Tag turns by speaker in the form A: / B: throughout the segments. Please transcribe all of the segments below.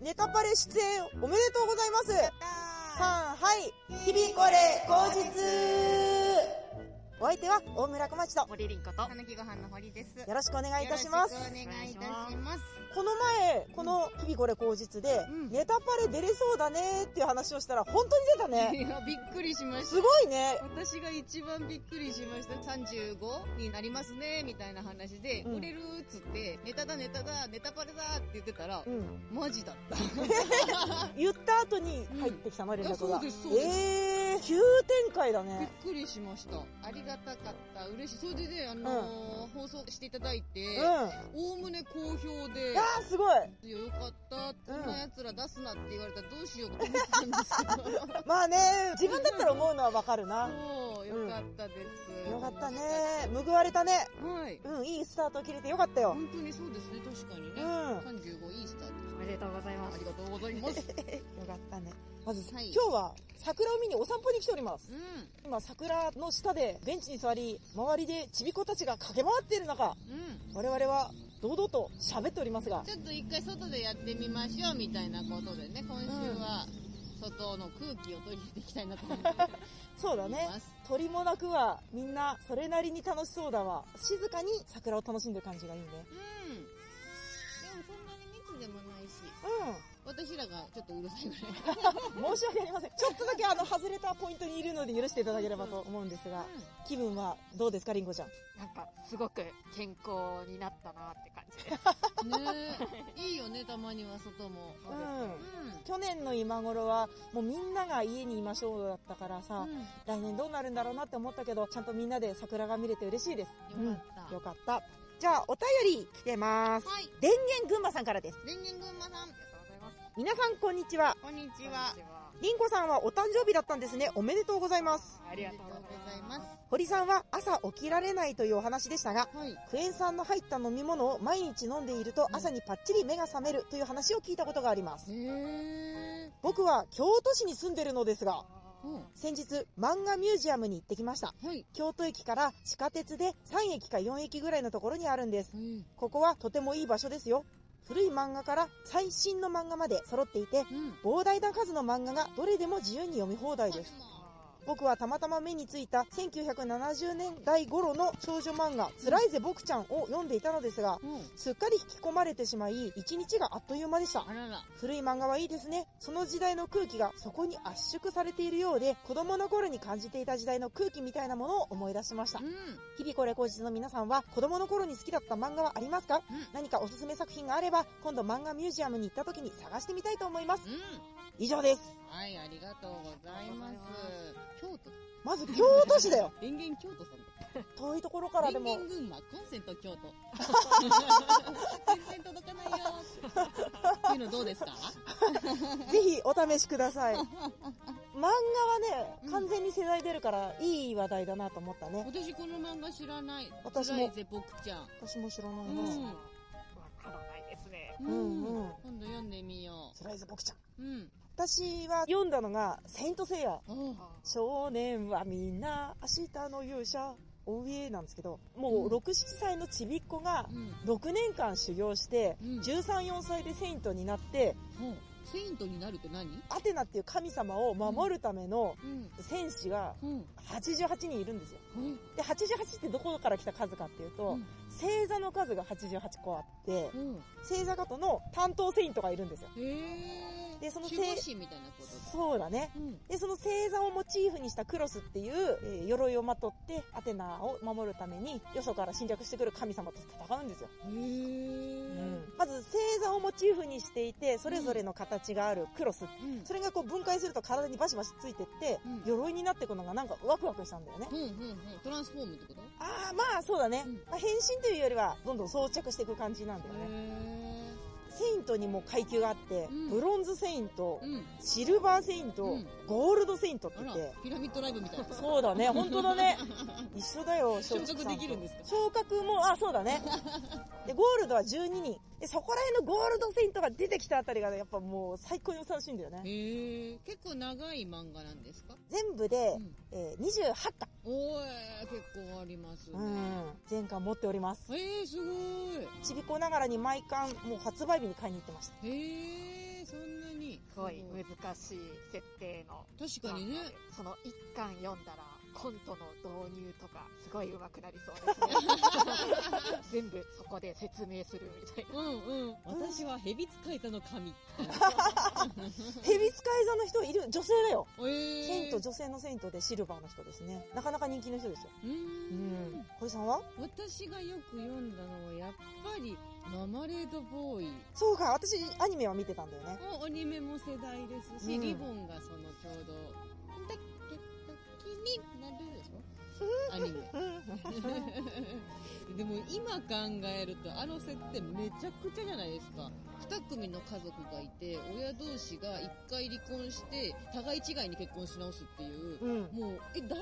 A: ネタパレ出演おめでとうございます
B: たー
A: さんはい日々これ後日お相手は大村小町と
C: 森凛子と
B: たぬきご飯の堀です。
A: よろしくお願いいたします
B: よろしくお願いいたします。
A: この前この日々これ口実で
B: うん
A: ネタパレ出れそうだねっていう話をしたら本当に出たね
B: いや、びっくりしました。
A: すごいね
B: 私が一番びっくりしました。35になりますね、みたいな話で、
A: うん
B: 売れるっつって、ネタだネタだ、ネタパレだって言ってたら
A: う、ん
B: マジだった。
A: 言った後に入ってきたの連絡が
B: うんあそうですそうです
A: えー急展開だ
B: びっ
A: ね
B: くりしました。ありがたかった。嬉しい。それでね、あのー放送していただいて
A: うん、あ
B: おおむね好評で、
A: ーすごい
B: よかった、こんな奴ら出すなって言われたらどうしようと思ったんですけど。
A: まあね自分だったら思うのはわかるな
B: そう、よかったです。
A: よかったね報われたね
B: はい。
A: うんいいスタートを切れてよかったよ
B: 本当にそうですね、確かに
A: う
B: ね。
A: ん
B: 35いいスタート。
C: おめでとうございま
B: あ
C: す
B: りがとうございます。
A: よかったね。まず、
B: はい
A: 今日は桜を見にお散歩に来ております。
B: う
A: 今、桜の下でベンチに座り、周りでちびっ子たちが駆け回っている中、
B: ん、うん。
A: 我々は堂々と喋っておりますが、
B: ちょっと一回外でやってみましょうみたいなことでね、今週は外の空気を取り入れていきたいなと思って
A: そうだ
B: い
A: ね。
B: ます。
A: 鳥もなくは、みんなそれなりに楽しそうだわ。静かに桜を楽しんでる感じがいいね。
B: うん。でもそんなに密でもないし、
A: う
B: 私らがちょっとうるさいぐらい。
A: ん。申し訳ありません。ちょっとだけあの、外れたポイントにいるので許していただければと思うんですが、気分はどうですか、りんごちゃん。
C: なんかすごく健康になったなって感じです
B: ねえ、いいよね、たまには外も。
A: うん
B: う。
A: 去年の今頃は、もうみんなが家にいましょうだったからさ、
B: ん。
A: 来年どうなるんだろうなって思ったけど、ちゃんとみんなで桜が見れて嬉しいです。
B: よかった
A: うんよかった。じゃあ、お便り来てます。
B: はい。
A: 電源群馬さんからです。
B: レンゲン群馬さん、
C: ありがとうございます
A: 皆さん、こんにちは。
B: こんにち
C: こんに
B: は。
C: ちは
A: りんこさんはお誕生日だったんですね。おめでとうございます。
C: ありがとうございます
B: す。
A: 堀さんは朝起きられないというお話でしたが、
B: はい。
A: クエン酸の入った飲み物を毎日飲んでいると朝にパッチリ目が覚めるという話を聞いたことがあります。
B: へ
A: 僕は京都市に住んでるのですが、
B: うん。
A: 先日漫画ミュージアムに行ってきました。
B: はい。
A: 京都駅から地下鉄で3駅か4駅ぐらいのところにあるんです。
B: うん。
A: ここはとてもいい場所ですよ。古い漫画から最新の漫画まで揃っていて、膨大な数の漫画がどれでも自由に読み放題です。僕はたまたま目についた1970年代頃の少女漫画、辛いぜ僕ちゃんを読んでいたのですが、
B: うん。
A: すっかり引き込まれてしまい、一日があっという間でした。
B: あらら。
A: 古い漫画はいいですね。その時代の空気がそこに圧縮されているようで、子供の頃に感じていた時代の空気みたいなものを思い出しました
B: う。ん。
A: 日々これ後日の皆さんは子供の頃に好きだった漫画はありますか、
B: うん
A: 何かおすすめ作品があれば今度漫画ミュージアムに行った時に探してみたいと思い ます
B: うん。
A: 以上です
B: はい、ありがとうございます。京都。
A: まず京都市だよ
B: 電源京都さんだ。
A: 遠いところからで
B: 電
A: も
B: 源群馬、コンセント京 都。全然届かないよ。っていうのど うですか
A: ぜひお試しくだ さい漫画は
B: う
A: ね
B: ん
A: 完全に世代出るからいい話題だなと思ったね
B: 私この漫画知らない。
A: 私も
B: 辛いぜ、僕ちゃん。
A: 私も知らない
B: うん
A: な、
C: わからないですね
A: うんうん
B: 今度読んでみよ
A: スライズ僕ちゃん
B: う。うん。
A: 私は読んだのが「セイント・セイヤ」
B: おう
A: 少年はみんな明日の勇者おえなんですけどもう
B: うん
A: 67歳のちびっ子が
B: うん。
A: 6年間修行して、
B: うん
A: 134歳でセイントになって
B: ほうセイントになるって何
A: アテナっていう神様を守るための
B: うん。
A: 戦士が
B: うん。
A: 88人いるんですよ
B: うん。
A: で88ってどこから来た数かっていうと、
B: うん
A: 星座の数が88個あって
B: うん。
A: 星座ごとの担当セイントがいるんですよ
B: へえ。
A: でそのせい
B: 守護神みたいなことだ。
A: そうだね
B: うん。
A: でその星座をモチーフにしたクロスっていう、えー鎧をまとってアテナを守るためによそから侵略してくる神様と戦うんですよ、
B: へえ。
A: まず星座をモチーフにしていてそれぞれの形があるクロス
B: うん。
A: それがこう分解すると体にバシバシついてって、
B: うん
A: 鎧になっていくのがなんかワクワクしたんだよね。
B: うんうんうん。トランスフォームってこと
A: ああ、まあそうだね。
B: うん
A: まあ変身というよりは、どんどん装着していく感じなんだよね。
B: へ
A: セイントにも階級があって、
B: うん
A: ブロンズセイント
B: え。、うん。
A: シルバーセイント、
B: うん
A: ゴールドセイントって
B: あ
A: 言っ
B: ら
A: て、、
B: ピラミッドライブみたいな。
A: そうだ ね、本当だね。一緒だよ、
B: 昇
A: 松竹
B: 格
A: さ
B: で
A: と
B: きるんですか
A: 昇格も、あ、そうだね。で、ゴールドは12人。で、そこら辺のゴールドセイントが出てきたあたりが、ね、やっぱもう最高に楽しいんだよね。
B: へえ。結構長い漫画なんですか
A: 全部で、
B: うん
A: えー28巻。
B: おーえー、結構あります
A: う
B: ね。
A: ん、全巻持っております。
B: えー、すごい。
A: ちびこながらに毎巻もう発売日に買いに行ってました
B: へえ、そんなに
C: すごい難しい設定の
B: 確か にね
C: 漫画でその一巻読んだらコントの導入とかすごい上手くなりそうですね全部そこで説明するみたいな
B: うんうん私は蛇使い座の神
A: 蛇使い座の人いる、女性だよ。
B: えー
A: セイント、女性のセイントでシルバーの人ですね。なかなか人気の人ですよ。
B: うーん
A: 堀さんは
B: 私がよく読んだのはやっぱりママレードボーイ
A: そうか、私アニメは見てたんだよね。
B: もアニメも世代ですし、
A: うん
B: リボンがそのちょうどだけど気になるでしょアニメでも今考えるとあの設定めちゃくちゃじゃないですか2組の家族がいて親同士が1回離婚して互い違いに結婚し直すっていう
A: うん。
B: もうえ大丈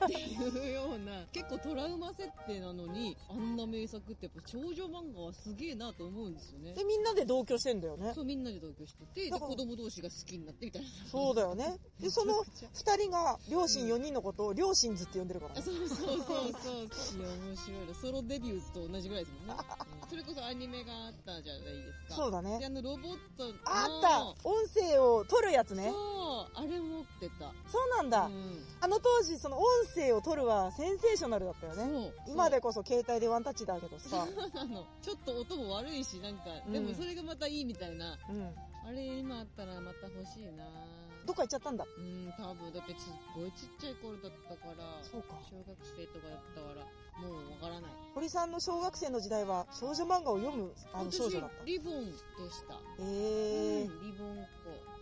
B: 夫っていうよう な結構トラウマ設定なのにあんな名作ってやっぱ少女漫画はすげえなと思うんですよね
A: で、みんなで同居してんだよね。
B: そうみんなで同居しててで
A: だから
B: 子供同士が好きになってみたいな
A: そうだよね。で、そ の
B: めちゃくちゃ
A: 二人が両親4人のことを両親図って呼んでるから
B: あ
A: ね。
B: そうそうそうそういや面白いなソロデビューズと同じぐらいですもんね、うんそれこそアニメがあったじゃないですか
A: そうだ
B: で
A: ね。
B: あのロボットの
A: あった音声を取るやつね。
B: そうあれ持ってた、
A: そうなんだ
B: う。ん
A: あの当時、その音声を取るはセンセーショナルだったよね。
B: そう
A: 今でこそ携帯でワンタッチだけどさ。
B: そうなのちょっと音も悪いしなんか、
A: うん
B: でもそれがまたいいみたいな
A: うん。
B: あれ今あったらまた欲しいな
A: どっか行っちゃったんだ。
B: うん多分だってすっごいちっちゃい頃だったから
A: そうか。
B: 小学生とかだったからもうわからない
A: 堀さんの小学生の時代は少女漫画を読むあの
B: 私
A: 少女だった。
B: リボンでした
A: え
B: う
A: ー。
B: んリボンっ子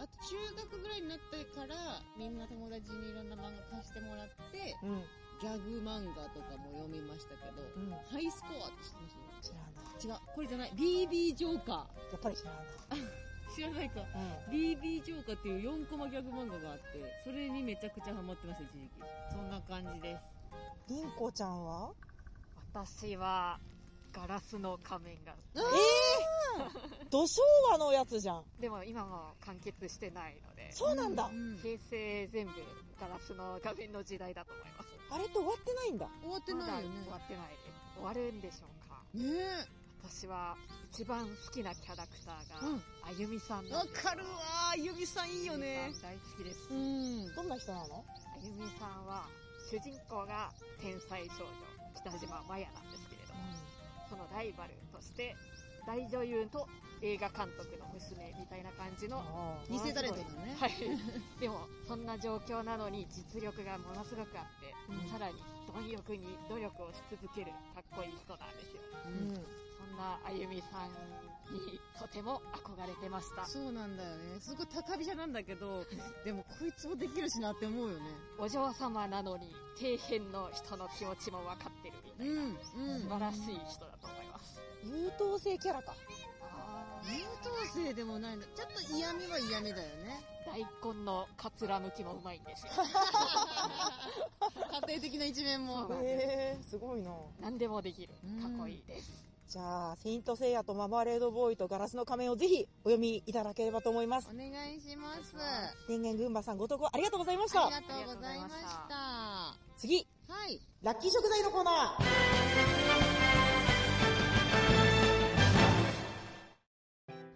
B: あと中学ぐらいになってからみんな友達にいろんな漫画貸してもらって
A: うん。うん。
B: ギャグ漫画とかも読みましたけどハイスコアって知ってま
A: 知らない。
B: す違うこれじゃない BB ジョーカ
A: やっぱり知ら ない。
B: ー知らないか
A: うん。
B: BB ジョーカーっていう4コマギャグ漫画があってそれにめちゃくちゃハマってました一時期そんな感じです
A: 凛子ちゃんは
C: 私はガラスの仮面が
A: 土昭和のやつじゃん。
C: でも今も完結してないので
A: そうなんだ。
C: 平成全部ガラスの画面の時代だと思います
A: あれって終わってないんだ。
B: 終わって
C: まだ
B: ない
C: 終
B: よね
C: わってないです終わるんでしょうか
B: ね
C: 私は一番好きなキャラクターが、
B: うん
C: あゆみさん
B: え
C: なんです
B: かるわーゆみさんいいよ
C: あゆ
B: ね
C: みさん大好きです、
B: う
C: あ
A: どん
B: ん
A: な人なの
C: ゆみさんは主人公が天才少女北島麻也なんですけれどもそのライバルとして大女優と映画監督の娘みたいな感じの
A: あ
B: 偽タレントだね
C: はい、 でもそんな状況なのに実力がものすごくあって、
A: うん
C: さらに貪欲に努力をし続けるかっこいい人なんですよ
A: あ。う
B: うん
A: ん。
C: そんなあゆみさんにとても憧れてました
B: そうなんだよね。すごい高飛車なんだけ ど、でもこいつもできるしなって思うよね。
C: お嬢様なのに底辺の人の気持ちも分かってるみたいな、素晴らしい人だと思います
A: 優等生キャラか。
B: 優等生でもないの。ちょっと嫌味は嫌味だよね。
C: 大根のかつらむきもうまいんですよ
B: 家庭的な一面も
C: そうなんです
A: へえ、すごいな。
C: 何でもできる
B: うん
C: かっこいいです
A: じゃあ、セイントセイヤとママレードボーイとガラスの仮面をぜひお読みいただければと思います。
B: お願いします。
A: 電源群馬さんご投稿ありがとうございまし
B: あ
A: た。
B: りがとうございました。は
A: 次、
B: い。
A: ラッキー食材のコーナー。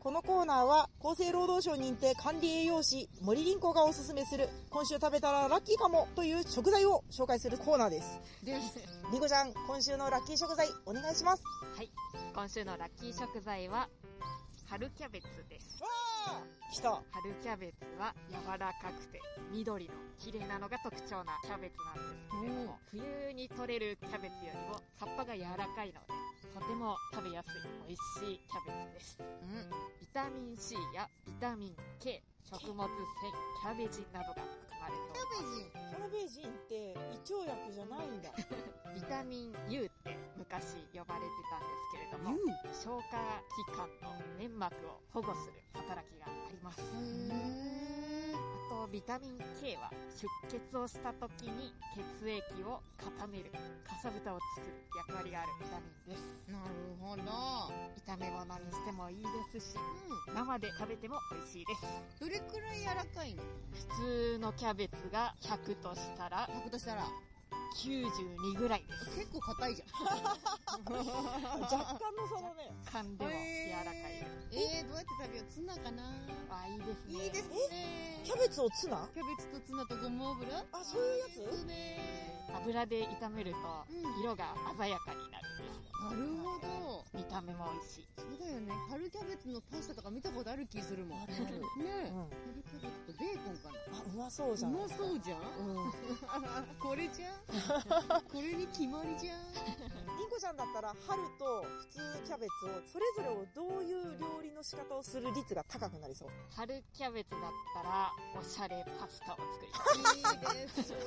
A: このコーナーは厚生労働省認定管理栄養士森林子がおすすめする今週食べたらラッキーかもという食材を紹介するコーナーです。
B: です。
A: りんごちゃん、今週のラッキー食材お願いします。
C: はい今週のラッキー食材は春キャベツです
A: 来た。
C: 春キャベツは柔らかくて緑の綺麗なのが特徴なキャベツなんですけれども冬に採れるキャベツよりも葉っぱが柔らかいのでとても食べやすい美味しいキャベツです
B: う
C: ビタミン C やビタミン K、食物繊維、キャベジンなどが含まれており
A: キャラベージンって胃腸薬じゃないんだ。
C: ます。ビタミン U って昔呼ばれてたんですけれども、消化器官の粘膜を保護する働きがあります。あと、ビタミン K は出血をした時に血液を固める、かさぶたを作る役割があるビタミンです。
B: なるほど。
C: 炒め物にしてもいいですし、生で食べても美味しいです。
B: どれくらい柔らかいの
C: 普通のキャベツが100としたら、
B: 100としたら。
C: 92ぐらいで
B: 結構硬いじゃん。
A: 若干のそのね、
C: す。勘では柔らかい。
B: えー、どうやって食べようツナかな
C: あ、いいですね。
B: いいですね。
A: キャベツをツナ
B: キャベツとツナとごま油
A: あ、そういうやつ
B: いいね
C: 油で炒めると
B: うん、
C: 色が鮮やかになるんですよ。
B: なるほど。
C: 見た目も美味しい。
B: そうだよね。春キャベツのパスタとか見たことある気するもん。
A: あ
B: ね
A: るある
B: え
A: う。ん。
B: 春キャベツとベーコンか
A: あ、
B: な。
A: うまそうじゃ。
B: うんまそうじゃん
A: うん。
B: これじゃん これに決まりじゃん
A: りんこちゃんだったら、春と普通のキャベツを、それぞれをどういう料理の仕方をする率が高くなりそう。
C: 春キャベツだったら、おしゃれパスタを作ります。
B: いいですね。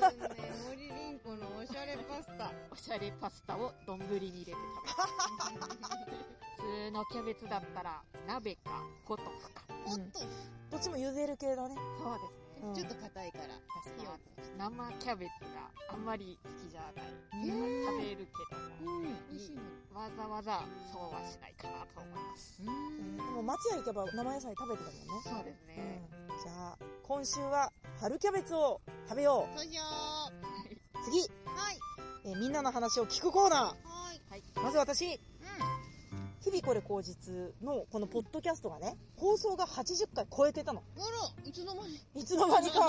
B: 森凛子のおしゃれパスタ。
C: おしゃれパスタを丼に入れて食べます。普通のキャベツだったら、鍋か、ポトフか。
B: おっと、
A: どっちも茹でる系だね。
C: そうですね。
A: うん
B: ちょっと硬いから。
C: 確かに生キャベツがあんまり好きじゃない。
B: へ
A: うん
B: ー
C: 食べるけども、
B: うん、
C: 美味しいねわざわざそうはしないかなと思います。
A: でも松屋行けば生野菜食べてたもんね。
C: そうですね。
A: うん。じゃあ、今週は春キャベツを食べよ
B: そうしよう。
A: う。次、
B: はい。
A: えーみんなの話を聞くコーナ
B: はい。
C: はい。
A: ー。まず私、
B: う
A: 日々これ口実のこのポッドキャストがね、放送が80回超えてたの。
B: ん。あら、いつの間に。
A: いつの間に か、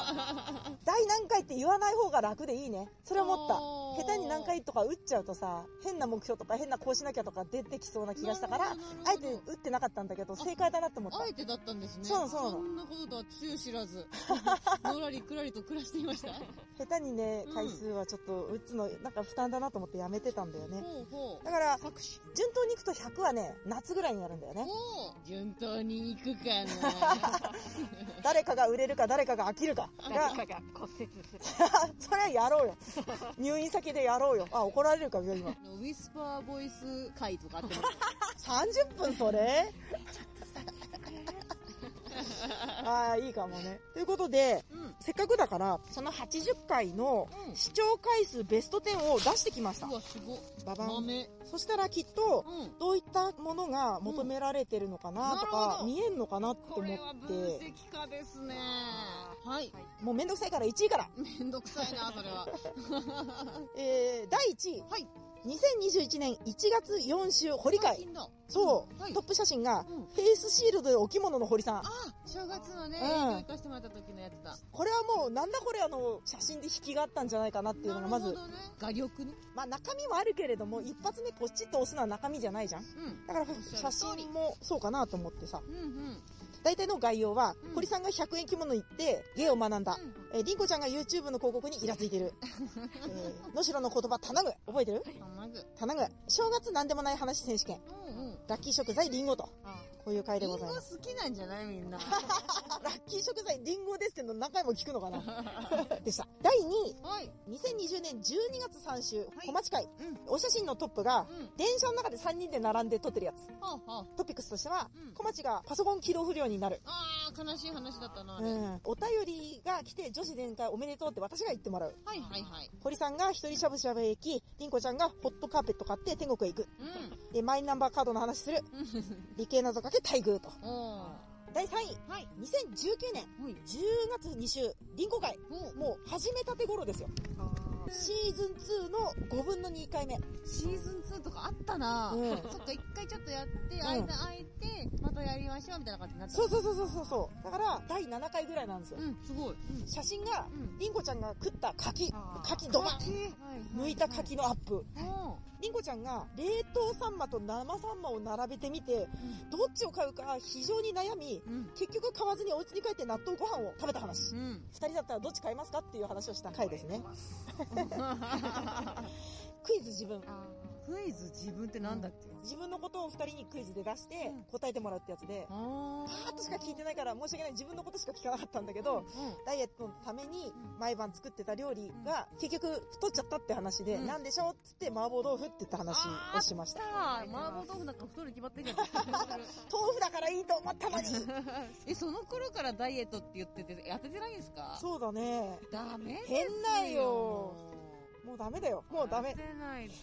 A: 第何回って言わない方が楽でいいね。それ思った。
B: た
A: 下手に何回とか打っちゃうとさ、変な目標とか変なこうしなきゃとか出てきそうな気がしたから、あえて打ってなかったんだけど、正解だなって思った
B: あ。えてだったんですね。
A: そうなのそうなの
B: んなこととはつゆ知らず。のらりくらりと暮らしていました。
A: 下手にね
B: う、ん
A: 回数はちょっと打つの、なんか負担だなと思ってやめてたんだよね。
B: ほうほう
A: だ。から、
B: 拍手。
A: 順当にいくと100はね、夏ぐらいになるんだよね。
B: おー順当に行くかな。
A: 誰かが売れるか誰かが飽きるかが
C: 誰、かが骨折する。
A: それはやろうよ。入院先でやろうよ。あ、怒られるか、病 院は。
B: あのウィスパーボイス会とかあっても
A: 30分それああ、いいかもね。ということで、
B: うん。
A: せっかくだから、その80回の
B: うん
A: 視聴回数ベスト10を出してきました
B: う。わ、すごっ。
A: ババン。
B: 豆。
A: そしたらきっと、
B: うん。
A: どういったものが求められてるのかなと
B: うんなる
A: か
B: ほ、ど
A: 見えんのかなって思
B: こ
A: っ
B: れは分
A: て、
B: 析家ですね。はい。
A: もうめんどくさいから1位から。
B: めんどくさい な、それは。
A: えー、第1位。
B: はい。
A: 2021年1月4週、堀
B: 最
A: 会。
B: 近だ。
A: そう、
B: はい
A: トップ写真が、
B: うん
A: フェイスシールドでお着物の堀さん。
B: あ、正月のね、
A: うん
B: 営業行かせてもらった時のやつだ。
A: これはもう、なんだこれあの、写真で引きがあったんじゃないかなっていうのが、ま
B: な
A: ず
B: る、ほどね。画力ね。
A: まあ中身もあるけれども、一発目ポチッと押すのは中身じゃないじゃん。
B: うん。
A: だから
B: しゃる
A: 写真もそうかなと思ってさ。
B: うんうん。
A: 大体の概要は、
B: うん
A: 堀さんが100円着物行って芸を学んだ。
B: うん
A: えー、りんこちゃんが YouTube の広告にイラついて る。えー、野城の言葉、頼む。覚えてる
B: あまず。
A: 頼む。正月なんでもない話選手権。
B: うんうん。
A: ラッキー食材、りんごと。
C: あ
A: こういう回で
B: リン
A: ご
B: ゴ
A: ざいます。
B: 好きなんじゃないみ んな。
A: あ、ラッキー食材、りんごですっての何回も聞くのかなでした。第2位、
B: はい。
A: 2020年12月3週、
B: い
A: 小町会。
B: うん。
A: お写真のトップが、
B: うん。
A: 電車の中で3人で並んで撮ってるやつ。
B: はあは
A: トピックスとしては、
B: うん
A: 小町がパソコン起動不良になる。
B: あ。あー、悲しい話だったな、あ
A: う
B: れ。はい
A: ん。お便りが来て、女子全開おめでとうって私が言ってもらう。
B: はいはい。
A: 堀さんが一人しゃぶしゃぶへ行き、りんこちゃんがホットカーペット買って天国へ行く。
B: う
A: で、マイナンバーカードの話する。
B: ん。
A: 理系謎かけ待遇と。
B: おー。
A: 第3位、
B: はい。
A: 2019年
B: はい。
A: 10月2週、りんこ会。
B: お
A: もう始めたて頃ですよ。
C: ー
A: シーズン2の5分の2回目。
B: シーズン2とかあったな、
A: うん
B: そっか、一回ちょっとやって、
A: ん
B: 間空いて、またやりましょうみたいな感じになった。
A: そうそうそうそうそうそう。だから、第7回ぐらいなんですよ。
B: うん、すごい。うん。
A: 写真が、
B: うん。
A: りんこちゃんが食った柿。
C: あー
A: 柿ドバン
B: 抜
A: 剥いた柿のアップ。
B: の。
A: りんこちゃんが冷凍サンマと生サンマを並べてみて、どっちを買うか非常に悩み、
B: うん。うん。
A: 結局買わずにお家に帰って納豆ご飯を食べた話。
B: うん。
A: 二人だったらどっち買いますかっていう話をした回ですね。
B: あ
A: クイズ自分。
C: あ
B: ークイズ自分ってなんだっけ
A: 自分のことを二人にクイズで出して
B: うん
A: 答えてもらうってやつで、
B: あ
A: パーッとしか聞いてないから申し訳ない自分のことしか聞かなかったんだけど、ダイエットのために
B: うん
A: 毎晩作ってた料理が結局太っちゃったって話で、
B: うん
A: なんでしょうっつって麻婆豆腐って言った話をしまし
B: さ
A: た。
B: あ、麻婆豆腐なんか太るに決ま ってんじゃん。
A: 豆腐だからいいと思った のに
B: え、その頃からダイエットって言ってて、やっててないんですか
A: そうだね。
B: ダメですよ
A: 変だよ。もうダメだよ。もうダメ
D: 出。ないと。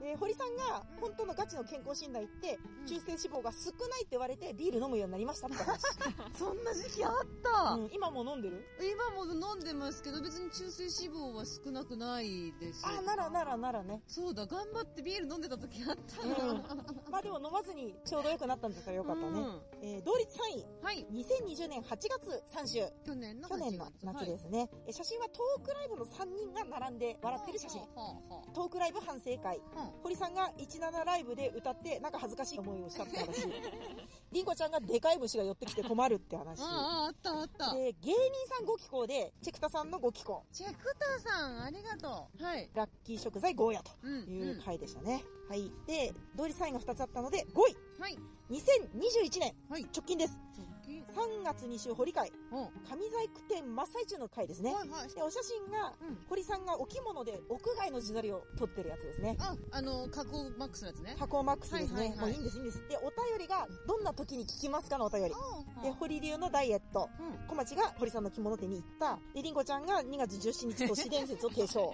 A: で、堀さんが、本当のガチの健康診断行って、中性脂肪が少ないって言われて、ビール飲むようになりましたって話。
B: そんな時期あった、
A: うん今もう飲んでる
B: 今も飲んでますけど、別に中性脂肪は少なくないです。
A: あ、ならならならね。
B: そうだ、頑張ってビール飲んでた時あったな。
A: うん。まあでも飲まずにちょうど良くなったんだからよかったね。
B: う
A: えー同率3位、
B: んはい。
A: 2020年8月30週、
B: 去年の。
A: 去年の夏ですすね。え写真はトークライブの3人が並んで笑ってる写真
B: は。あはあは
A: トークライブ反省会。
B: あは
A: 堀さんが17ライブで歌って、なんか恥ずかしい思いをしたって話。 りんこちゃんがでかい虫が寄ってきて困るって話。
B: あああ、あったあった。
A: で、芸人さん5機構で、チェクタさんの5機構。
B: チェクタさん、ありがとう。はい。
A: ラッキー食材ゴーヤと
B: うん。
A: いう
B: うん
A: 回でしたね。はい。で、同率3位が2つあったので、5位。
B: はい。
A: 2021年、
B: はい
A: 直近です。3月2週堀会、
B: うん
A: 上細工店真っ最中の回ですね。
B: はいはい。
A: で、お写真が、
B: うん
A: 堀さんがお着物で屋外の地鶏を撮ってるやつですね。
B: あ、あの、加工マックスのやつね。
A: タコマックスです
B: は
A: ね
B: いは。い
A: も
B: は
A: う
B: い
A: いいんです、いいんです。で、お便りが、どんな時に聞きますかのお便り。で、堀流のダイエット。
B: うん
A: 小町が堀さんの着物店に行った。で、りんこちゃんが2月17日都市伝説を提 唱。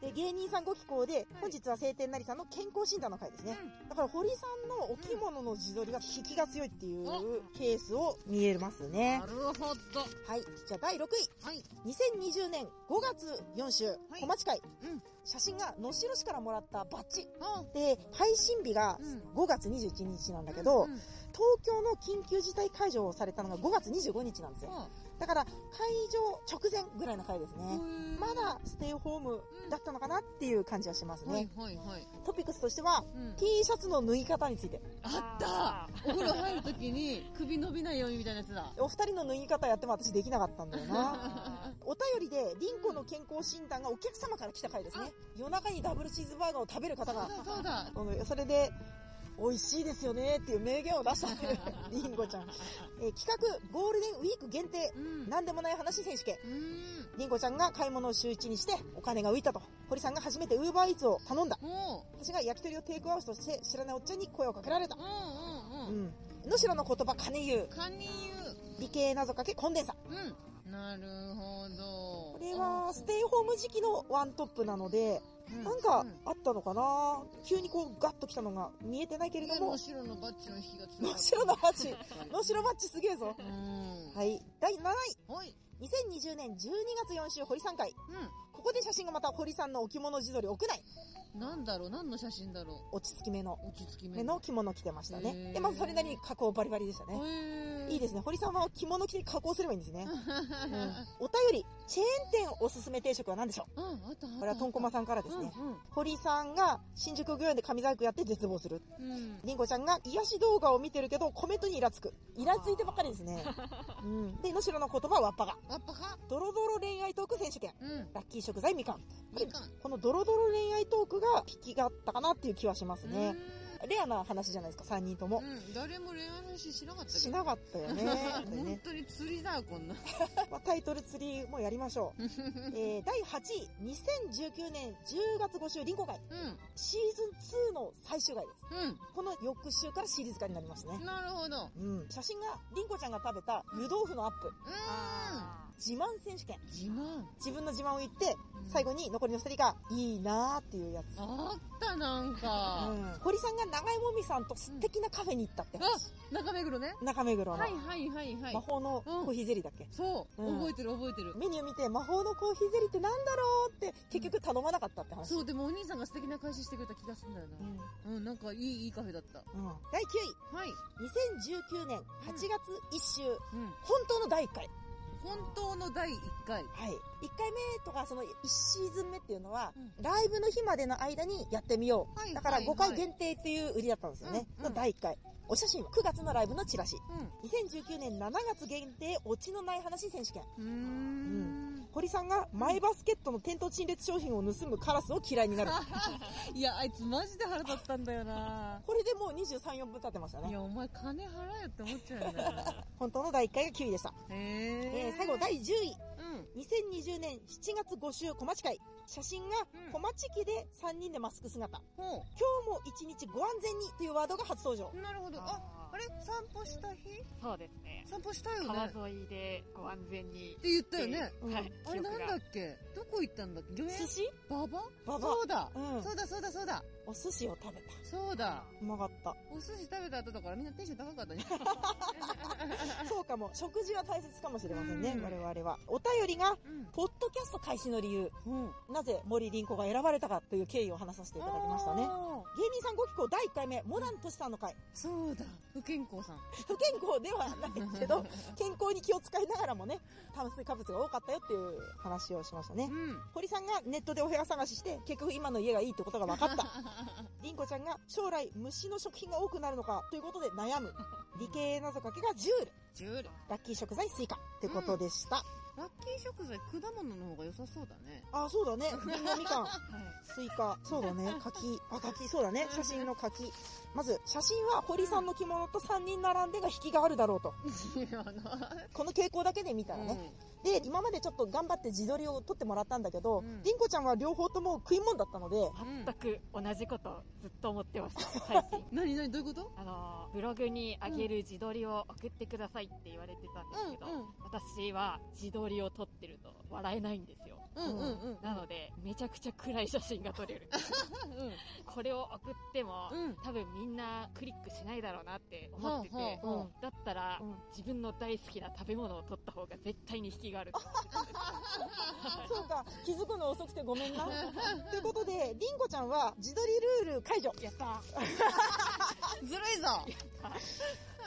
A: で、芸人さんご寄稿で、本日は晴天なりさんの健康診断の回ですね。だから堀さんのお着物の自撮りが引きが強いっていうケースを見えますね
B: な。るほど。
A: はい。じゃあ第6位。
B: はい。
A: 2020年5月4週、
B: い
A: 小町会。
B: うん
A: 写真が能代市からもらったバッジ。
B: あ、
A: で、配信日が
B: うん
A: 5月21日なんだけど、
B: うん
A: 東京の緊急事態解除をされたのが5月25日なんですよ。
B: あ
A: だから、解除直前ぐらいの回です
B: う
A: ね。
B: ん
A: まだステイホームだったのかなっていう感じはします
B: はい
A: ね。
B: はいはい。
A: トピックスとしては、
B: うん
A: T シャツの縫い方について。
B: あったお風呂入るときに首伸びないようにみたいなやつだ。
A: お二人の縫い方やっても私できなかったんだよな。
C: あ
A: お便りで、リンコの健康診断がお客様から来た回ですね。夜中にダブルチーズバーガーを食べる方
B: そ
A: が
B: う、だそうだ。
A: あのそれで、美味しいですよねっていう名言を出したって いう、リンゴちゃん。えー企画、ゴールデンウィーク限定、
B: うん。
A: なんでもない話選手権。
B: うん。
A: リンゴちゃんが買い物を週一にして、お金が浮いたと。堀さんが初めてウーバーイーツを頼んだ。
B: も
A: 私が焼き鳥をテイクアウトして、知らないおっちゃんに声をかけられた
B: う、う。
A: う
B: んうんうん。
A: ん。のしろの言葉、金言う。
B: カニ
A: 理系謎かけ、コンデンサ。
B: 湯。うん。なるほど。
A: これは、ステイホーム時期のワントップなので、
B: うん、
A: なんか
B: う
A: あったのかな急にこうガッと来たのが見えてないけれども
B: も、白のバッジの引きが強
A: 能
B: かった
A: 代のバッジ、能代バッジすげえぞ。
B: うん。
A: はい。第7位。
B: はい。
A: 2020年12月4週、堀さん会。ここで写真がまた堀さんのお着物自撮り屋内。
B: うん。なんだろう何の写真だろ
A: 落ち着き目の。
B: う落ち着き
A: 目
B: 目
A: の着物着てました
B: へ
A: ね。
B: ー
A: で、まずそれなりに加工バリバリでしたね。
B: へー
A: いいですね。堀さんは着物着て加工すればいいんですね。うんお便り、チェーン店おすすめ定食は何でしょう
B: うん、あったあった。
A: これはとんこまさんからですね。
B: うん、
A: 堀さんが新宿御苑で紙細工やって絶望する。
B: うん。うん。
A: りんごちゃんが癒し動画を見てるけどコメントにイラつく。イラついてばっかりです ね。うん。で、能代の言葉はわっぱが。
B: やっぱか
A: ドロドロ恋愛トーク選手権。
B: うん。
A: ラッキー食材みかん。
B: みかん。
A: このドロドロ恋愛トークが引きがあったかなっていう気はしますね。レアな話じゃないですか、3人と
B: う
A: も
B: ん。。うん誰も恋愛の話しなかったけど。
A: しなかったよ ね。
B: 本
A: ね
B: 当に釣りだよ、こ んな。
A: まあ、タイトル釣りもやりましょう。えー、第8位、2019年10月5週、リンコ会。
B: うん。
A: シーズン2の最終回です。この翌週からシリーズ化になります
B: うん。
A: ね。
B: なるほど。
A: うん。写真が、リンコちゃんが食べた湯豆腐のアップ。
B: う
C: あ
A: 自慢選手権。
B: ん。自慢。
A: 自分の自慢を言って、最後に残りの2人が、いいなーっていうやつ。
B: あった、なんか。
A: うん堀さんが長井もみさんと素敵なカフェに行ったって話。
B: あ、中目黒ね。
A: 中目黒の
B: はいはいはいはい
A: 魔。法のコーヒーゼリーだっけ、
B: そう。
A: うん
B: 覚えてる覚えてる。
A: メニュー見て魔法のコーヒーゼリーってなんだろうって結局頼まなかったって話。
B: そう、でもお兄さんが素敵な返ししてくれた気がするんだよな
A: う。ん
B: うん、なんかいい、いいカフェだった。
A: うん第9
B: はい。
A: 位、2019年8月1週、
B: うん。
A: 本当の第1回。
B: 本当の第一回。
A: はい。1回目とかその1シーズン目っていうのは、
B: う
A: ライブの日までの間にやってみよう。
B: はい
A: だから
B: はいは
A: 5
B: い
A: 回限定っていう売りだったんですよね。
B: うんうん
A: の第1回。お写真は9月のライブのチラシ。
B: うん。
A: 2019年7月限定、オチのない話選手権。
B: うーん。
A: 堀さんがマイバスケットの店頭陳列商品を盗むカラスを嫌いになる。
B: いや、あいつマジで腹立ったんだよな。
A: これでもう23、4分経ってました
B: い
A: ね。
B: や、お前金払えって思っちゃうんだよな。
A: 本当の第1回が9位でした。
B: へえ
A: えー最後第10位、
B: うん。
A: 2020年7月5週小町会写真が
C: うん
A: 小町家で3人でマスク姿
B: ほ
A: 今日も一日ご安全にというワードが初登場
B: う。なるほど。あ、
C: あ
B: あれ散歩した日
C: そうですね。
B: 散歩したよね。っ
C: 川沿いでご安全に。
B: て言ったよね。
A: うん
C: はい。
B: あれなんだ
C: 記
B: っけどこ行ったんだっけ魚
A: 寿
B: 屋
A: 司
B: ババ
A: ババ
B: そうだ、
A: うん
B: そうだそうだそうだ
A: お寿司を食べた
B: そうだ
A: うまかった
B: お寿司食べた後だからみんなテンション高かった ね。
A: そうかも食事は大切かもしれませんね
B: うん
A: 我々はお便りがポッドキャスト開始の理由
B: うん。うん。
A: なぜ森凛子が選ばれたかという経緯を話させていただきましたね
B: あ
A: 芸人さんご寄稿第1回目モダンとしさんの 会
B: ー。そうだ。不健康さん。
A: 不健康ではないけど健康に気を使いながらもね炭水化物が多かったよっていう話をしましたね
B: うん。
A: 堀さんがネットでお部屋探しして結局今の家がいいってことが分かった凛子ちゃんが将来虫の食品が多くなるのかということで悩 む理系謎かけがジュール
B: ジュール。
A: ラッキー食材スイカってことでした、
B: ラッキー食材、果物の方が良さそうだね。
A: あそうだね みんなみかん
C: 録がはい。
A: スイカそうだね柿あ柿そうだね写真の柿まず写真は堀さんの着物と3人並んでが引きがあるだろうと
B: いや、な
A: この傾向だけで見たらね、で今までちょっと頑張って自撮りを撮ってもらったんだけど、
B: うん
A: りんこちゃんは両方とも食い物だったので
B: うん
C: 全く同じことをずっと思って ました、最近。
B: 何何どういうこと
C: あの、ブログにあげる自撮りを送ってくださいって言われてたんですけど、私は自撮りを撮ってると笑えないんですよ。
B: うんうんうんうん。
C: なので、めちゃくちゃ暗い写真が撮れる。これを送っても、
B: うん。
C: 多分みんなクリックしないだろうなって思ってて、
B: はあはあは
C: だったら、
A: うん
C: 自分の大好きな食べ物を取った方が絶対に引きがあると思って
A: そうか気づくの遅くてごめん なということでりんこちゃんは自撮りルール解除
C: やった
B: ずるいぞ
A: た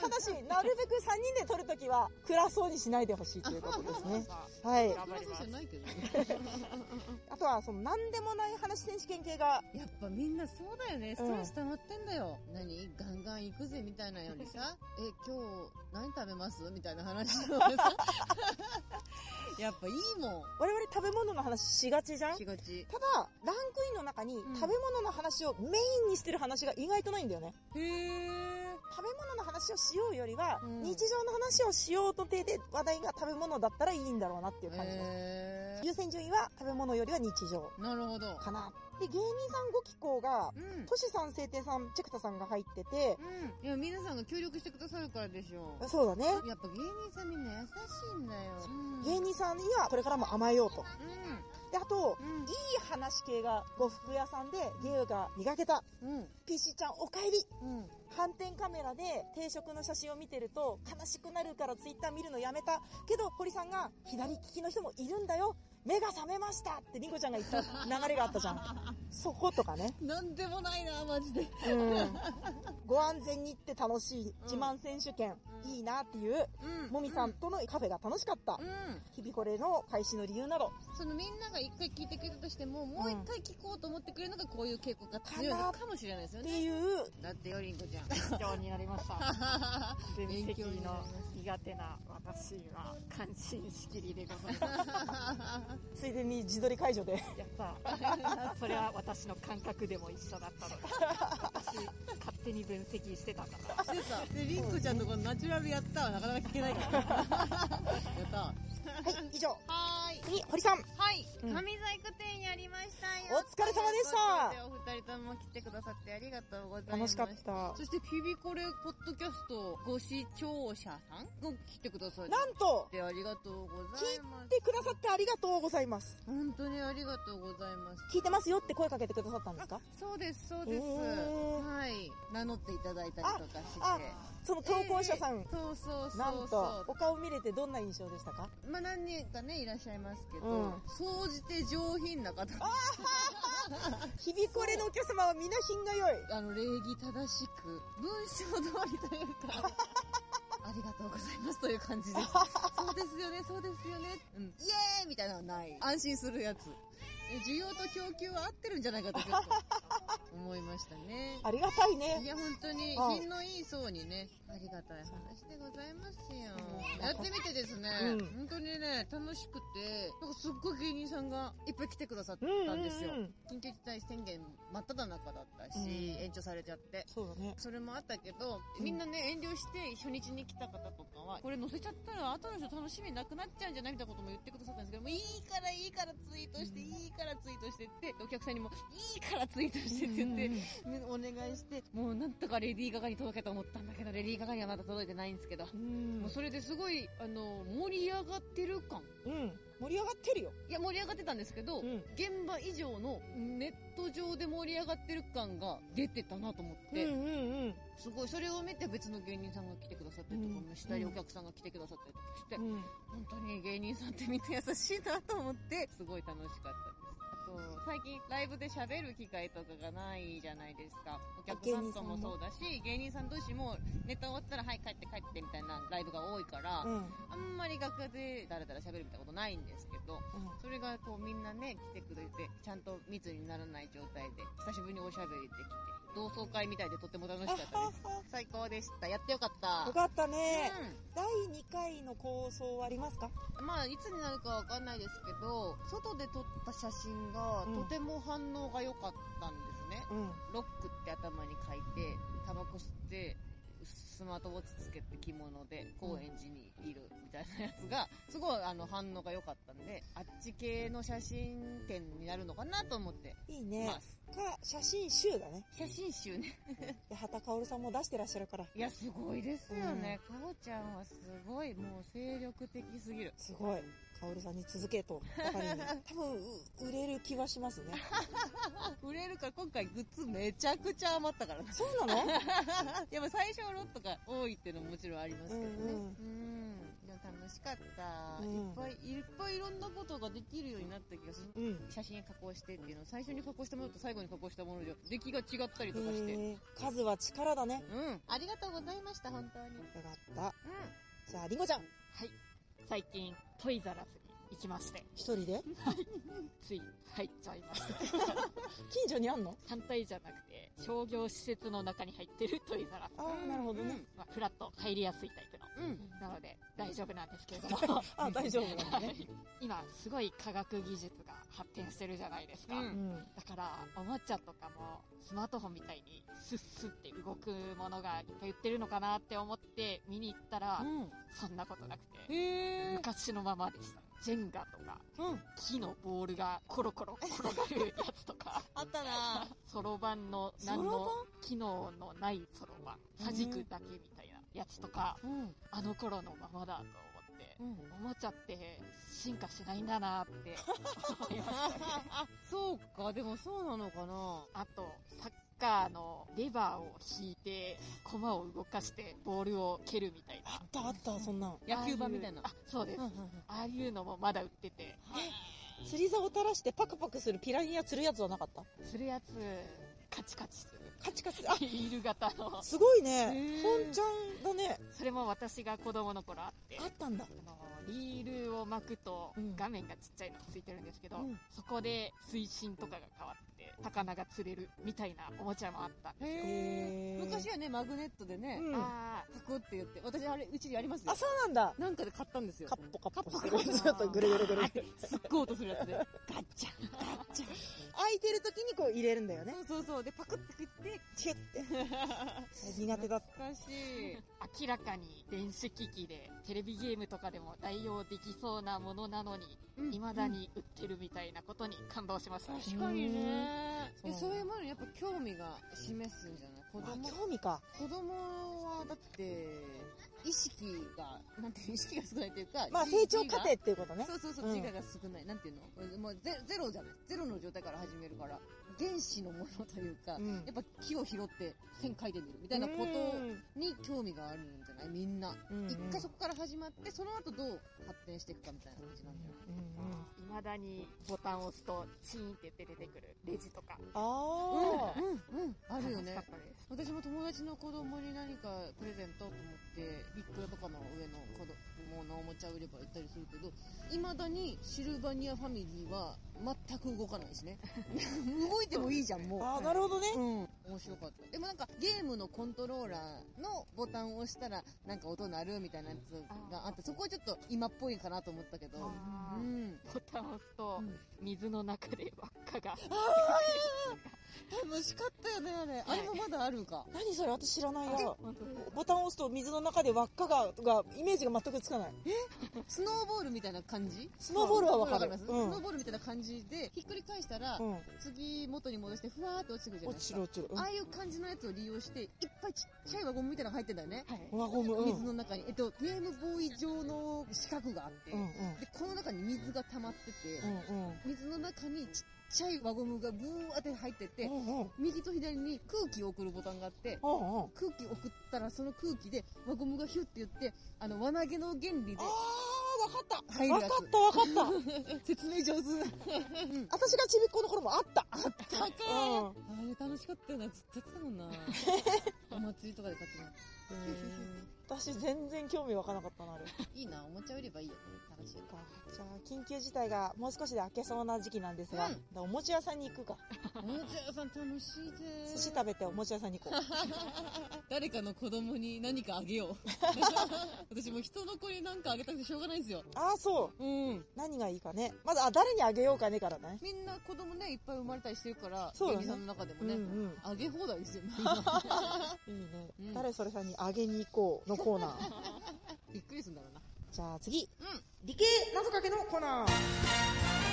A: だしなるべく3人で撮るときは暗そうにしないでほしいということです ねはい
C: 頑張ります
B: そんなことじゃない けどね
A: あとはその何でもない話選手権系が
B: やっぱみんなそうだよね。ストレス溜まってんだよ。何ガンガン行くぜみたいなよりさ、え、今日何食べますみたいな話を さ。やっぱいいも
A: 我々食べ物の話しがちじゃん
B: ん。しがち。
A: ただランクインの中に
B: ん
A: 食べ物の話をメインにしてる話が意外とないんだよね、
B: へえ。
A: 食べ物の話をしようよりは、
B: うん
A: 日常の話をしようとてで話題が食べ物だったらいいんだろうなっていう感じです、
B: へ
A: 優先順位は食べ物よりは日常
B: え。なるほど。
A: かなで芸人さんご寄稿が
B: うん。
A: トシさん晴天さんチェクタさんが入ってて、
B: うん。いや、皆さんが協力してくださるからでしょ
A: そうだね
B: う。やっぱ芸人さんみんな優しいんだよ。うん
A: 芸人さんにはこれからも甘えようとであと
B: うん。うん
A: いい話系が呉服屋さんで芸が磨けた。
B: うん。
A: PC ちゃんおかえり
B: うん。
A: 反転カメラで定食の写真を見てると悲しくなるからツイッター見るのやめたけど堀さんが左利きの人もいるんだよ目が覚めましたってりんこちゃんが言った流れがあったじゃ んそことかね
B: なんでもないな、マジで。
A: うんご安全にって楽しい
B: ん
A: 自慢選手権、
B: うん
A: いいなっていう
B: うん
A: もみさんとのカフェが楽しかった、
B: うん。
A: 日々これの開始の理由など
B: そのみんなが一回聞いてくれたとしても、もう一回聞こうと思ってくれるのがこういう傾向が強いのかもしれないですよ
A: って
B: ね。
A: いう
B: だってよ、りんこ ちゃん。
C: 勉強になりました分析
B: 勉強になり
C: の
B: まし
C: 苦手な私は感心しきりでございま
A: ついでに自撮り解除で
C: すやったそれは私の感覚でも一緒だったので私勝手に分析してたから
B: た。してた。で、りんこちゃんのこのナチュラルやったはなかなか聞けない から。やった。は
A: はい以上
B: ーい。
A: 次堀さん
B: はい、
A: うん
B: 神細工店にありました
A: お
B: よ。
A: 疲れ様でした
B: ということでお二人とも来てくださってありがとうございま
A: 楽し
B: す。
A: かった
B: そして、ピビコレポッドキャストご視聴者さんが来てくださっ
A: なんと
B: てありがとうございます。
A: 来てくださってありがとうございます
B: 本当にありがとうございます。
A: 聞いてますよって声かけてくださったんですか
B: そうです、そうです。
A: へー
B: はい。名乗っていただいたりとかして。
A: あその投稿者さん、
B: ええそうそうそうそう。
A: なんとお顔見れてどんな印象でしたか
B: まあ何人かね、いらっしゃいますけど、
A: うん
B: 総じて上品な方。
A: 日々これのお客様は皆品が良い
B: あの、礼儀正しく、文章通りという か、ありがとうございますという感じです。そうですよね、そうですよね。うん。イエーイみたいなのはない。安心するやつ。え需要と供給は合ってるんじゃないかとちょっと思いましたね。
A: ありがたいね
B: い。や、本当に、
A: はい
B: 品のいい層にね、ありがたい話でございますよ
A: う。ん
B: やってみてですね、
A: うん
B: 本当にね、楽しくて、なんかすっごい芸人さんがいっぱい来てくださっ
A: うんうん、
B: た
A: うんん
B: ですよ。緊急事態宣言真っ只中だったし、
A: うん
B: 延長されちゃって。
A: そうだね。
B: それもあったけど、
A: うん
B: みんなね、遠慮して初日に来た方とかは、これ載せちゃったら後の人楽しみなくなっちゃうんじゃないみたいなことも言ってくださったんですけど、もういいからいいからツイートして、いいからツイートしてって、お客さんにもいいからツイートしてって言って、ねお願いして、もうなんとかレディー・ガガに届けたと思ったんだけど、レディー・ガガにはまだ届いてないんですけど、
A: うん
B: もうそれですごい、あの、盛り上がってる感。
A: うん。盛り上がってるよ。
B: いや、盛り上がってたんですけど、
A: うん。
B: 現場以上のネット上で盛り上がってる感が出てたなと思って、
A: うんうん
B: すごい、それを見て別の芸人さんが来てくださったりとかもしたり、
A: うん
B: お客さんが来てくださったりとかして、
A: うん。うん。
B: 本当に芸人さんってみんな優しいなと思って、すごい楽しかったです。あと、最近ライブで喋る機会とかがないじゃないですか。お客さんとかもそうだし、芸人さん同士もネタ終わったらはい帰って帰ってみたいなライブが多いから、
A: うん。
B: あんまり楽屋でダラダラ喋るみたいなことないんですけど、それがこうみんなね、来てくれて、ちゃんと密にならない状態で、久しぶりにおしゃべりできて、同窓会みたいでとっても楽しかったです。最高でした。やってよかった。
A: よかったね。
B: うん
A: 第2回の構想はありますか
B: まあ、いつになるかわかんないですけど、外で撮った写真が
A: うん
B: とても反応が良かったんですね。
A: うん。
B: ロックって頭に書いて、タバコ吸って、スマートウォッチつけて着物で高円寺にいるみたいなやつが、すごいあの反応が良かったんで、あっち系の写真展になるのかなと思って
A: いい
B: ま
A: ね。
B: す。
A: か、写真集だね。
B: 写真集ね。
A: で、畑薫さんも出してらっしゃるから。
B: いや、すごいですよね。かおちゃんはすごい、もう精力的すぎる。
A: すごい。薫さんに続けと。ばかりに多分、う売れる気はしますね。
B: 売れるから今回グッズめちゃくちゃ余ったからね
A: そうなの
B: やっぱ最初はロットが多いっていうのももちろんありますけど
A: う
B: ね
A: んうん
B: うんでも楽しかった、
A: うん
B: いっぱいいっぱいいろんなことができるようになった気がする
A: うん。
B: 写真加工してっていうのを最初に加工したものと最後に加工したものじゃ出来が違ったりとかして、
A: えー数は力だね。
B: うんありがとうございました本当にうん
A: よかった。じゃあ、りんごちゃん、
C: はい。最近、トイザラスに行きまして、
A: 一人で
C: つい入っちゃいました。
A: 近所にあんの
C: 単体じゃなくて、商業施設の中に入ってるトイザラス。
A: ああ、なるほどね。
C: まあ、フラット入りやすいタイプの。
B: うん
C: なので、大丈夫なんですけれども。
A: あ 大丈夫なんだ
C: は
A: ね。
C: い今、すごい科学技術が発展してるじゃないですか。
B: うん
A: うん。
C: だから、おもちゃとかも、スマートフォンみたいに、スッスって動くものがいっぱい売ってるのかなって思って、見に行ったら、そんなことなくて、
B: へえ
C: 昔のままでした。ジェンガとか、
B: うん
C: 木のボールがコロコロ転がるやつとか、
B: あったな
C: そろばんの、何
A: そろ
C: の、機能のないそろばん、弾くだけみたいなやつとか、
B: うん
C: あの頃のままだと思って、
B: うん
C: おもちゃって進化しないんだなって思いましたね。
B: そうかでもそうなのかな
C: あと、サッカーのレバーを引いて、駒を動かしてボールを蹴るみたいな
A: あ。ったあった、そんなん。
B: 野球盤みたいな
C: ああうあ、そうです。ああいうのもまだ売ってて、
A: 釣り竿垂らしてパクパクするピラニア釣るやつはなかった
C: するやつ、カチカチする。
A: カチカチ、あ、
C: イール型の。
A: すごい
B: へ
A: ね
B: ー。
A: 本ちゃんだね。
C: それも私が子供の頃あって。
A: あったんだ。
C: あのリールを巻くと
A: うん
C: 画面がちっちゃいのがついてるんですけど、
A: うん
C: そこで水深とかが変わって魚が釣れるみたいなおもちゃもあった、
B: へ
A: へ
B: え
A: ー
B: 昔はねマグネットでね、
A: うん。あ、
C: あ
B: パクって言って、私あれ、うちでやりますよ。
A: そうなんだ。
B: なんかで買ったんですよ
A: カ。ッポカッポして
C: カ
A: る。
C: ッポ
A: ちょっとぐるぐるぐるぐる。
B: すっごい音するやつで。ガッチャ
A: 空いてる時にこう入れるんだよね。
B: ン。そうそうそう。で、パクって食って、
A: チュって。苦手だった。
B: 難しい。
C: ー明らかに電子機器でテレビゲームとかでも代用できそうなものなのに未だに売ってるみたいなことに感動しました、
B: 確かにね。
A: うん
B: えそういうものにやっぱ興味が示すんじゃない子
A: あ
B: 供、
A: 興味か。
B: 子供はだって、意識が、なんていう意識が少ないというか、
A: まあ成長過程
B: 自
A: っていうこと
B: 我が
A: ね。
B: そうそうそう、
A: うん
B: 自我が少ない。なんていうのもうゼゼロじゃない。ゼロの状態から始めるから、原子のものというか、
A: うん
B: やっぱ木を拾って線描いてみるみたいなことに興味があるんじゃないみんな。
A: うん
B: 一回そこから始まって、その後どう発展していくかみたいな感じなんじゃない
A: うんうん
C: 未だにボタンを押すとチーンって出てくるレジとか
A: ああ、
B: うん、うん、うん、あるよ
C: 楽し
B: ね
C: かったです
B: 私も友達の子供に何かプレゼントと思ってビックラとかの上の子供のおもちゃ売れば行ったりするけどいまだにシルバニアファミリーは全く動かないですね動いてもいいじゃんもう
A: ああ、なるほどね。
B: うん、面白かった。でもなんか、ゲームのコントローラーのボタンを押したら、なんか音鳴るみたいなやつがあって、そこはちょっと今っぽいかなと思ったけど、
C: あ
B: う
C: ー
B: ん、
C: ボタンを押すと、
B: うん
C: 水の中で輪っかが
B: 楽しかったよね、あれ。あれもまだあるんか。
A: 何それ私知らないわ。
C: 本当に
A: ボタンを押すと水の中で輪っかが、が、イメージが全くつかない。
B: スノーボールみたいな感じ
A: スノーボールはわか
B: り
A: る
B: ま。すス
A: うん
B: ノー。ボールみたいな感じで、ひっくり返したら、
A: うん。
B: 次元に戻して、ふわーって落ちてくるじゃない
A: 落
B: で
A: ち
B: す
A: る
B: か。
A: 落ちる。
B: ああいう感じのやつを利用して、いっぱいちっちゃい輪ゴムみたいなのが入ってんだよね。
C: はい
A: うん。輪ゴム。うん。
B: 水の中に。えっと、ゲームボーイ状の四角があって、
A: うんうん。
B: で、この中に水が溜まってて、
A: うんうん。
B: 水の中にちっちゃい輪ゴムがブワーって入ってて、
A: うんうん。
B: 右と左に空気を送るボタンがあって、
A: うんうん。
B: 空気を送ったらその空気で輪ゴムがヒュッて言って、あの、輪投げの原理で
A: ああ、わかった。
B: 入る
A: わ
B: や
A: か
B: つ。
A: ったわかった。
B: 説明上手。
A: 私がちびっこの頃もあった。あった
B: か
A: うん。
B: あれ楽しかったよな、ずっとやってたもんな。お祭りとかで買ってた。
A: 私全然興味わかなかったな、あれ。
B: いいな、おもちゃ売ればいいよね、楽しいか
A: じゃあ、緊急事態がもう少しで明けそうな時期なんですが、
B: うん
A: だからお餅屋さんに行くか。
B: ら。おもちゃ屋さん楽しいで
A: 寿司食べてお餅屋さんに 行こう。
B: 誰かの子供に何かあ げよう。私もう人の子に何かあげたくてしょうがないんですよ。
A: ああ、そう。
B: うん。
A: 何がいいかね。まず、あ、誰にあげようかねからね。
B: みんな子供ね、いっぱい生まれたりしてるから、
A: そうだね
B: 芸人さんの中でも
A: うんう
B: ね。
A: ん。
B: あげ放題で すよ。
A: いいね。
B: うん
A: 誰それさんにあげに行こうのコーナー。
B: びっくりするんだろうな。
A: じゃあ次。
B: うん
A: 理系謎かけのコーナー。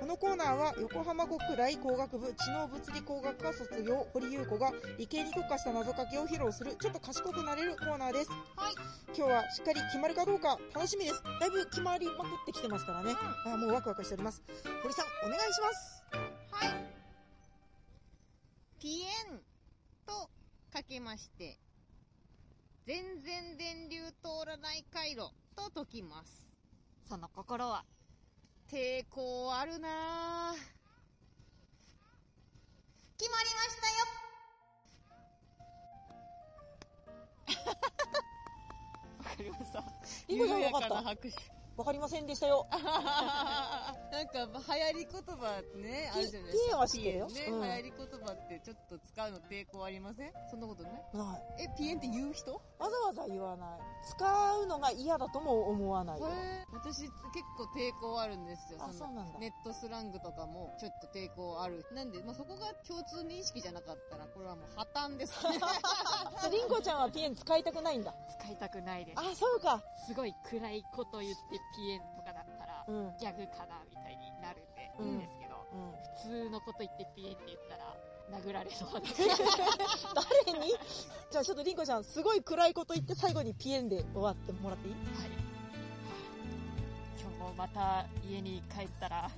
A: このコーナーは横浜国大工学部知能物理工学科卒業堀優子が理系に特化した謎かけを披露するちょっと賢くなれるコーナーです。
D: はい。
A: 今日はしっかり決まるかどうか楽しみです。だいぶ決まりまくってきてますからね。あーもうワクワクしております。堀さんお願いします。
D: はい。ピエンとかけまして、全然電流通らない回路と解きます。
C: その心は
D: 抵抗あるなぁ。決まりましたよ
C: わかりました
A: リコさん
B: 緩や
A: わか
B: か
A: った
B: な。拍手。
A: わかりませんでした よ。
B: なんか、流行り言葉ね、あるじゃないですか。
A: ピエンは知ってるよ
B: ピエン
A: うん
B: ね、流行り言葉ってちょっと使うの抵抗ありませんそんなことない
A: ない。
B: え、ピエンって言う人
A: わざわざ言わない。使うのが嫌だとも思わない。
B: これ、私結構抵抗あるんですよ。
A: あ、
B: そ
A: そう
B: の
A: なんだ。
B: ネットスラングとかもちょっと抵抗ある。なんで、まあ、そこが共通認識じゃなかったら、これはもう破綻です ね。
A: じゃあリンコちゃんはピエン使いたくないんだ。
C: 使いたくないです
A: あ、そうか。
C: すごい暗いこと言ってピエンとかだったら
A: うん。うん。
C: ギャグかなみたいになるんで、
A: うん
C: いいんですけど普通のこと言ってピエンって言ったら殴られそうな
A: 誰 にじゃあちょっとリンコちゃん、すごい暗いこと言って最後にピエンで終わってもらっていい
C: はい。今日もまた家に帰ったら、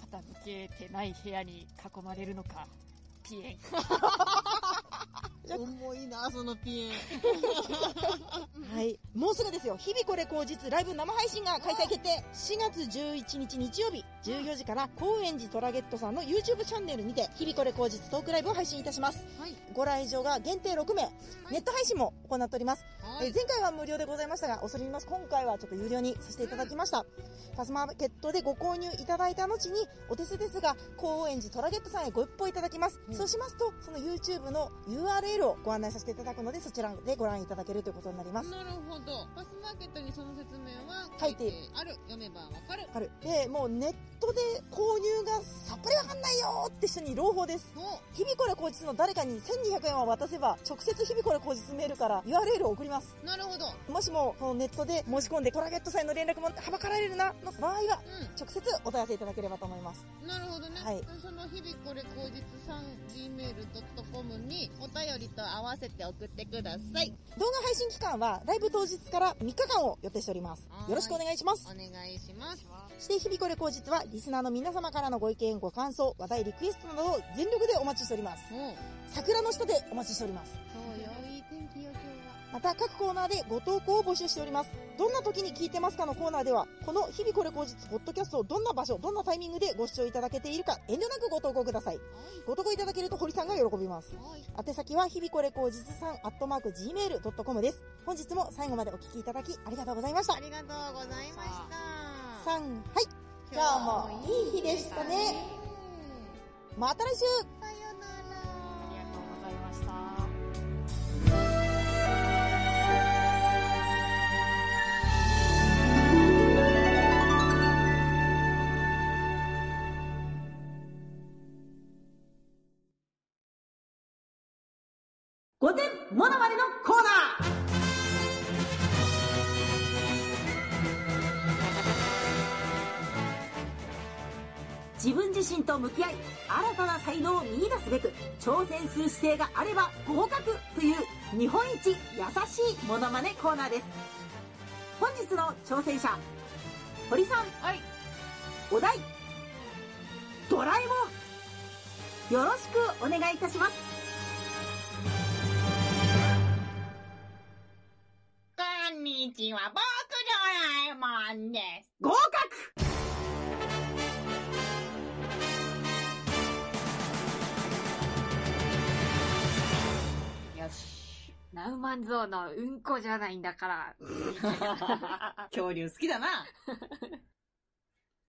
C: 片付けてない部屋に囲まれるのか、ピエン。
B: 重いな、そのピエン。
A: はい。もうすぐですよ。日々これ口実ライブ生配信が開催決定。4月11日日曜日、14時から高円寺トラゲットさんの YouTube チャンネルにて、日々これ口実トークライブを配信いたします。
B: はい。
A: ご来場が限定6名、ネット配信も行っております。
B: は
A: え
B: い
A: ー。前回は無料でございましたが、恐れ入ります。今回はちょっと有料にさせていただきました。パスマーケットでご購入いただいた後に、お手数ですが、高円寺トラゲットさんへご一報いただきます。
B: うん
A: そうしますと、その YouTube の URL をご案内させていただくので、そちらでご覧いただけるということになります。
B: なるほど。パスマーケットにその説明は
A: 書いて
B: ある。読めばわかる。
A: わかる。で、もうネットで購入がさっぱりわかんないよーって人に朗報です。
B: も
A: 日々これ口実の誰かに1200円を渡せば、直接日々これ口実メールから URL を送ります。
B: う、なるほど。
A: もしも、このネットで申し込んでトラゲットさんへの連絡もはばかられるな、の場合は、
B: う
A: 直接お問い合わせいただければと思います。
B: ん。なるほどね。
A: はい
B: その日々これ口実さん gmail.com にお便りと合わせて送ってください。
A: 動画配信期間はライブ当日から3日間を予定しております
B: は。い
A: よろしくお願いします
B: お。願いします。
A: そして、日々これ口実は、リスナーの皆様からのご意見、ご感想、話題、リクエストなどを全力でお待ちしております。
B: もう、
A: 桜の下でお待ちしております。
B: そうよ。いい天気よ、今日は。
A: また各コーナーでご投稿を募集しておりますどんな時に聞いてますかのコーナーではこの日々これ後日ポッドキャストをどんな場所どんなタイミングでご視聴いただけているか遠慮なくご投稿くださいご投稿いただけると堀さんが喜びます宛先は日々これ後日さんアットマーク gmail.com です本日も最後までお聞きいただきありがとうございました
D: ありがとうございました。
A: さんはい今日もいい日でしたね。また来週
D: さよなら。
C: ありがとうございました。
E: 5点モノマネのコーナー自分自身と向き合い新たな才能を見出すべく挑戦する姿勢があれば合格という日本一優しいモノマネコーナーです本日の挑戦者堀さん、
D: はい
E: お題ドラえもんよろしくお願いいたします
F: こんにちは、僕ドラえもんで
E: 合格
C: よし。ナウマンゾウのうんこじゃないんだから。
E: 恐竜好きだな。